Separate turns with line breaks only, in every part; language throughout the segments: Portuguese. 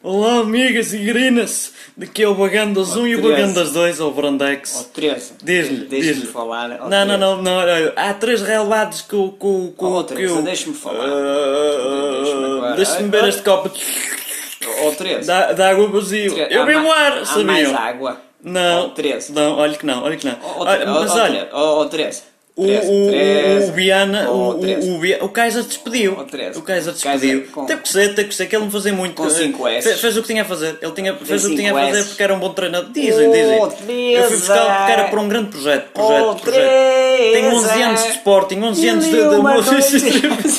Olá, amigas e grinas! Daqui é o Bagandas
Oh,
1 e o
Teresa.
Bagandas 2, ou o
Ó,
Brandex.
Teresa,
Diz-lhe,
deixa-me
diz-lhe.
falar. ó,
não,
Teresa.
não, não, não, olha, há três relevados que eu. Que, eu- que, eu-
Oh,
que
Teresa,
eu-
deixa-me falar.
Ah,
Deixa-me agora. Ah,
Deixa-me
Ai,
ver
ai.
este copo de,
Ó, Teresa.
de, de água vazio.
Teresa,
Eu
há
bebo
ma-
ar,
Há mais
sabiam?
água.
Não,
Ó, Teresa.
não, olha que não, olha que não.
Ó, ó,
Olha,
Teresa, ó,
mas
ó,
olha,
Teresa, ó, ó, Teresa.
o,
Teresa,
o, o,
Teresa.
o Biana,
Ó,
o, o,
Teresa.
o, Bia- o Kaiser despediu.
Oh, Teresa.
o Kaiser
Kaiser
despediu.
com-
Tem que ser, tem que ser, que ele não fazia muito.
Com cinco
Eh,
S's.
fe- Fez o que tinha a fazer. Ele tinha, fez o que
cinco
tinha a fazer
S's.
porque era um bom treinador. Dizem,
Oh,
dizem. Eu fui
Teresa.
buscar porque era para um grande projeto. projeto,
Oh,
projeto. Tem 11
Teresa.
anos de Sporting, 11 anos de, de,
Mil e uma
de
noites.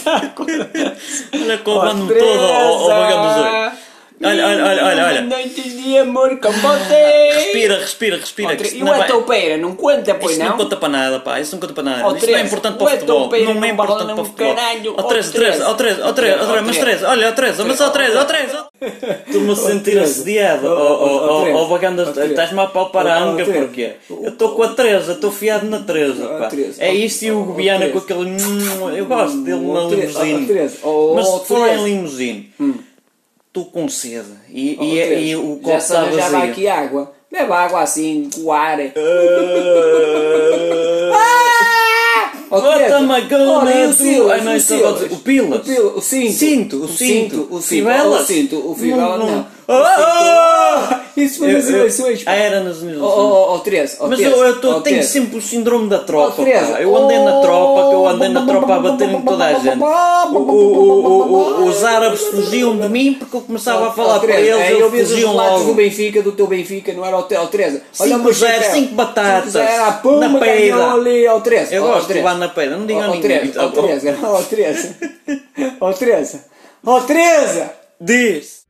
Ó,
Olha, cobrando-me todo ao ao Vagamos
Teresa.
hoje. Olha, olha, olha, olha.
Mil
olha.
e uma Noites de amor com você.
Respira, respira, respira.
Ó,
que
Teresa, E
isto não
o
vai-
Etopeira não conta, pois
Isso não
não?
conta para nada, pá. Isso não conta para nada.
Ó,
isso não é
Teresa,
importante para o
o
futebol.
Etopeira
Não é
não
importante
vale
para o
um
futebol.
caralho.
Ó,
Ó,
Teresa,
Teresa.
Teresa, ó, Teresa, ó, Teresa, ó, Teresa,
Ó,
mas
Teresa.
Teresa, olha, ó, Teresa, mas ó, Teresa, ó, Teresa. Estou-me a sentir
Teresa.
assediado.
Ó, ó, ó,
Ó, ó, ó,
Teresa.
vagandas,
Ó, Teresa.
estás-me a palpar
Ó,
a
ó,
anca,
Teresa.
porquê? Eu estou com a Teresa, estou fiado na Teresa,
Ó,
pá.
Teresa.
É
Ó,
isto e o
ó,
Gobiana
Teresa.
com aquele... hum, Eu gosto dele na
Ó, Teresa. Ó,
limusine.
Teresa. Ó,
Mas
ó,
se for em
Teresa.
limusine, estou com sede. E
Ó,
e- é,
Teresa,
e o copo
já
está
sabe, Já vai
vazio.
aqui água. Beba água assim, com o ar.
Ah!
Ó, Teresa.
Bota-me a gana
Olha, e o
do-
Silas,
Ai, não,
o
isso agora-
Silas?
o Pilas?
O Pilas, o cinto.
Cinto, o Oh, cinto.
O
Fibelas?
cinto, o cinto. O fibela,
Não, não.
não.
Ah,
O cinto. Isso foi
Eu-
nas
eu-
eleições. Oh,
Ah, era nas
Ó, ó,
eleições.
ó, ó, Teresa. ó,
Mas eu,
Teresa,
eu tô-
ó,
tenho
Teresa.
sempre o síndrome da
Ó,
tropa,
Teresa.
pá. Eu andei na tropa, que eu andei na
Oh,
tropa a bater em toda a gente. O- o- o- o- os árabes fugiam de mim porque eu começava a falar
Ó,
para
Teresa,
eles,
é,
eles
vi os
fugiam
relatos do
logo.
Benfica, do teu Benfica, não era o teu, ó, Teresa. Olha o
Cinco
meu
zero,
chapéu.
cinco batatas.
Cinco zero, a Puma
Na peida.
ganhou ali, ó, Teresa.
Eu
Ó,
gosto de
Teresa.
levar na peida, não digam a
Ó, ó,
ninguém.
oh, Teresa, ó, Teresa, ó, Teresa. Ó, Teresa. Ó, Teresa.
Diz!